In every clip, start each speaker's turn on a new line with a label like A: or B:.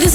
A: this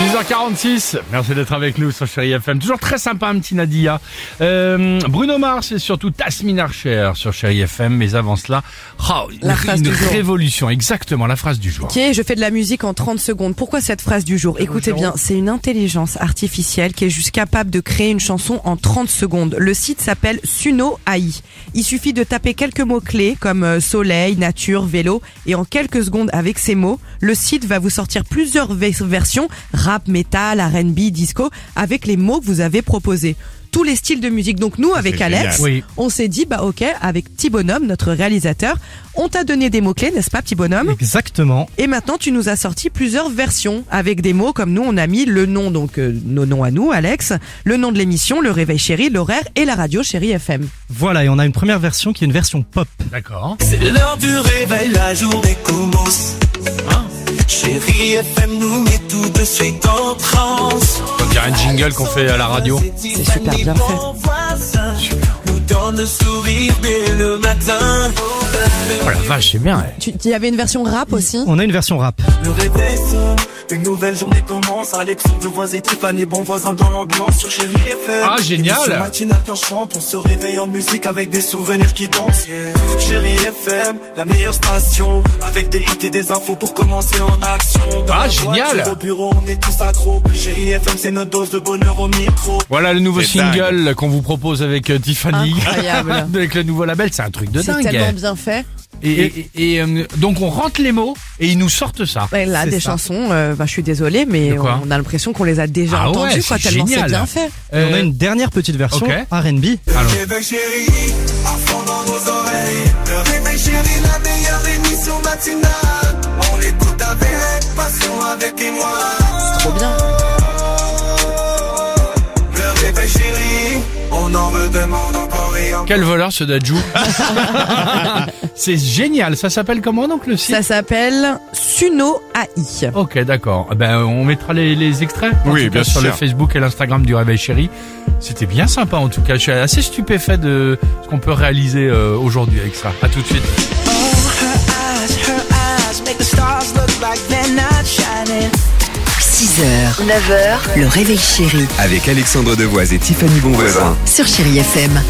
B: 6h46, merci d'être avec nous sur Chéri FM. Toujours très sympa, un petit Nadia. Euh, Bruno Mars et surtout Tasmin Archer sur Chéri FM. Mais avant cela, oh, une,
C: La phrase
B: une
C: du jour.
B: révolution. Exactement, la phrase du jour.
C: Ok, je fais de la musique en 30 secondes. Pourquoi cette phrase du jour Écoutez bien, c'est une intelligence artificielle qui est juste capable de créer une chanson en 30 secondes. Le site s'appelle Suno AI. Il suffit de taper quelques mots-clés comme euh, soleil, nature, vélo et en quelques secondes avec ces mots, le site va vous sortir plusieurs ve- versions rap, métal, R&B, disco avec les mots que vous avez proposés. Tous les styles de musique. Donc nous, avec Alex,
B: génial. Oui.
C: on s'est dit, bah ok, avec petit bonhomme, notre réalisateur, on t'a donné des mots-clés, n'est-ce pas, petit bonhomme
D: Exactement.
C: Et maintenant, tu nous as sorti plusieurs versions avec des mots comme nous, on a mis le nom, donc euh, nos noms à nous, Alex, le nom de l'émission, le réveil chéri, l'horaire et la radio chéri FM.
D: Voilà, et on a une première version qui est une version pop.
B: D'accord.
E: C'est l'heure du réveil, la journée commence. Hein Chérie FM nous met tout de suite en transe.
B: On dirait un jingle qu'on fait à la radio.
E: C'est super
C: bien
E: fait. Nous donne le sourire dès le matin.
B: Oh la vache, c'est bien. ouais.
C: Tu- Il y avait une version rap aussi
D: On a une version rap.
E: Le réveil sonne, une nouvelle journée commence. Alexandre Devoise et Tiffany, bon voisin dans l'ambiance sur Chérie FM.
B: Ah, génial.
E: Émission matinale qu'on chante, on se réveille en musique avec des souvenirs qui dansent. Yeah. Chérie FM, la meilleure station. Avec des hits et des infos pour commencer en action. Dans
B: Ah,
E: la
B: génial.
E: voiture, Au bureau, on est tous accros. Chérie FM, c'est notre dose de bonheur au micro.
B: Voilà le nouveau
F: C'est dingue.
B: single qu'on vous propose avec euh, Tiffany.
C: Incroyable.
B: avec le nouveau label, c'est un truc de
C: C'est
B: dingue.
C: tellement bien fait.
B: Et, et- et, euh, donc on rentre les mots et ils nous sortent ça.
C: Ouais, là,
B: C'est
C: des
B: ça.
C: chansons, euh, bah, je suis désolée, mais
B: De
C: on
B: quoi
C: a l'impression qu'on les a déjà
B: Ah ouais,
C: entendues, quoi,
B: c'est
C: tellement c'est
B: génial.
C: bien fait.
D: Et on a
B: Euh,
D: une dernière petite version
B: ok.
D: R&B.
B: Alors,
E: Québec chérie, à fond dans nos oreilles. Le réveil chérie, la meilleure émission matinale. On l'écoute avec passion, avec émoi.
C: Trop bien.
E: Le réveil chérie, on en redemande encore et encore.
B: quel voleur ce Dajou C'est génial. Ça s'appelle comment donc le site
C: Ça s'appelle Suno AI.
B: Ok, d'accord. Eh Ben, on mettra les, les extraits. en
F: Oui,
B: tout cas,
F: bien
B: Sur
F: sûr.
B: le Facebook et l'Instagram du Réveil Chéri. C'était bien sympa, en tout cas. Je suis assez stupéfait de ce qu'on peut réaliser euh, aujourd'hui avec ça. À tout de suite.
E: Her eyes make the stars look like they're not shining.
G: 6h, 9h, le réveil chéri
F: Avec Alexandre Devoise et Tiffany Bonvoisin.
G: sur Chérie FM.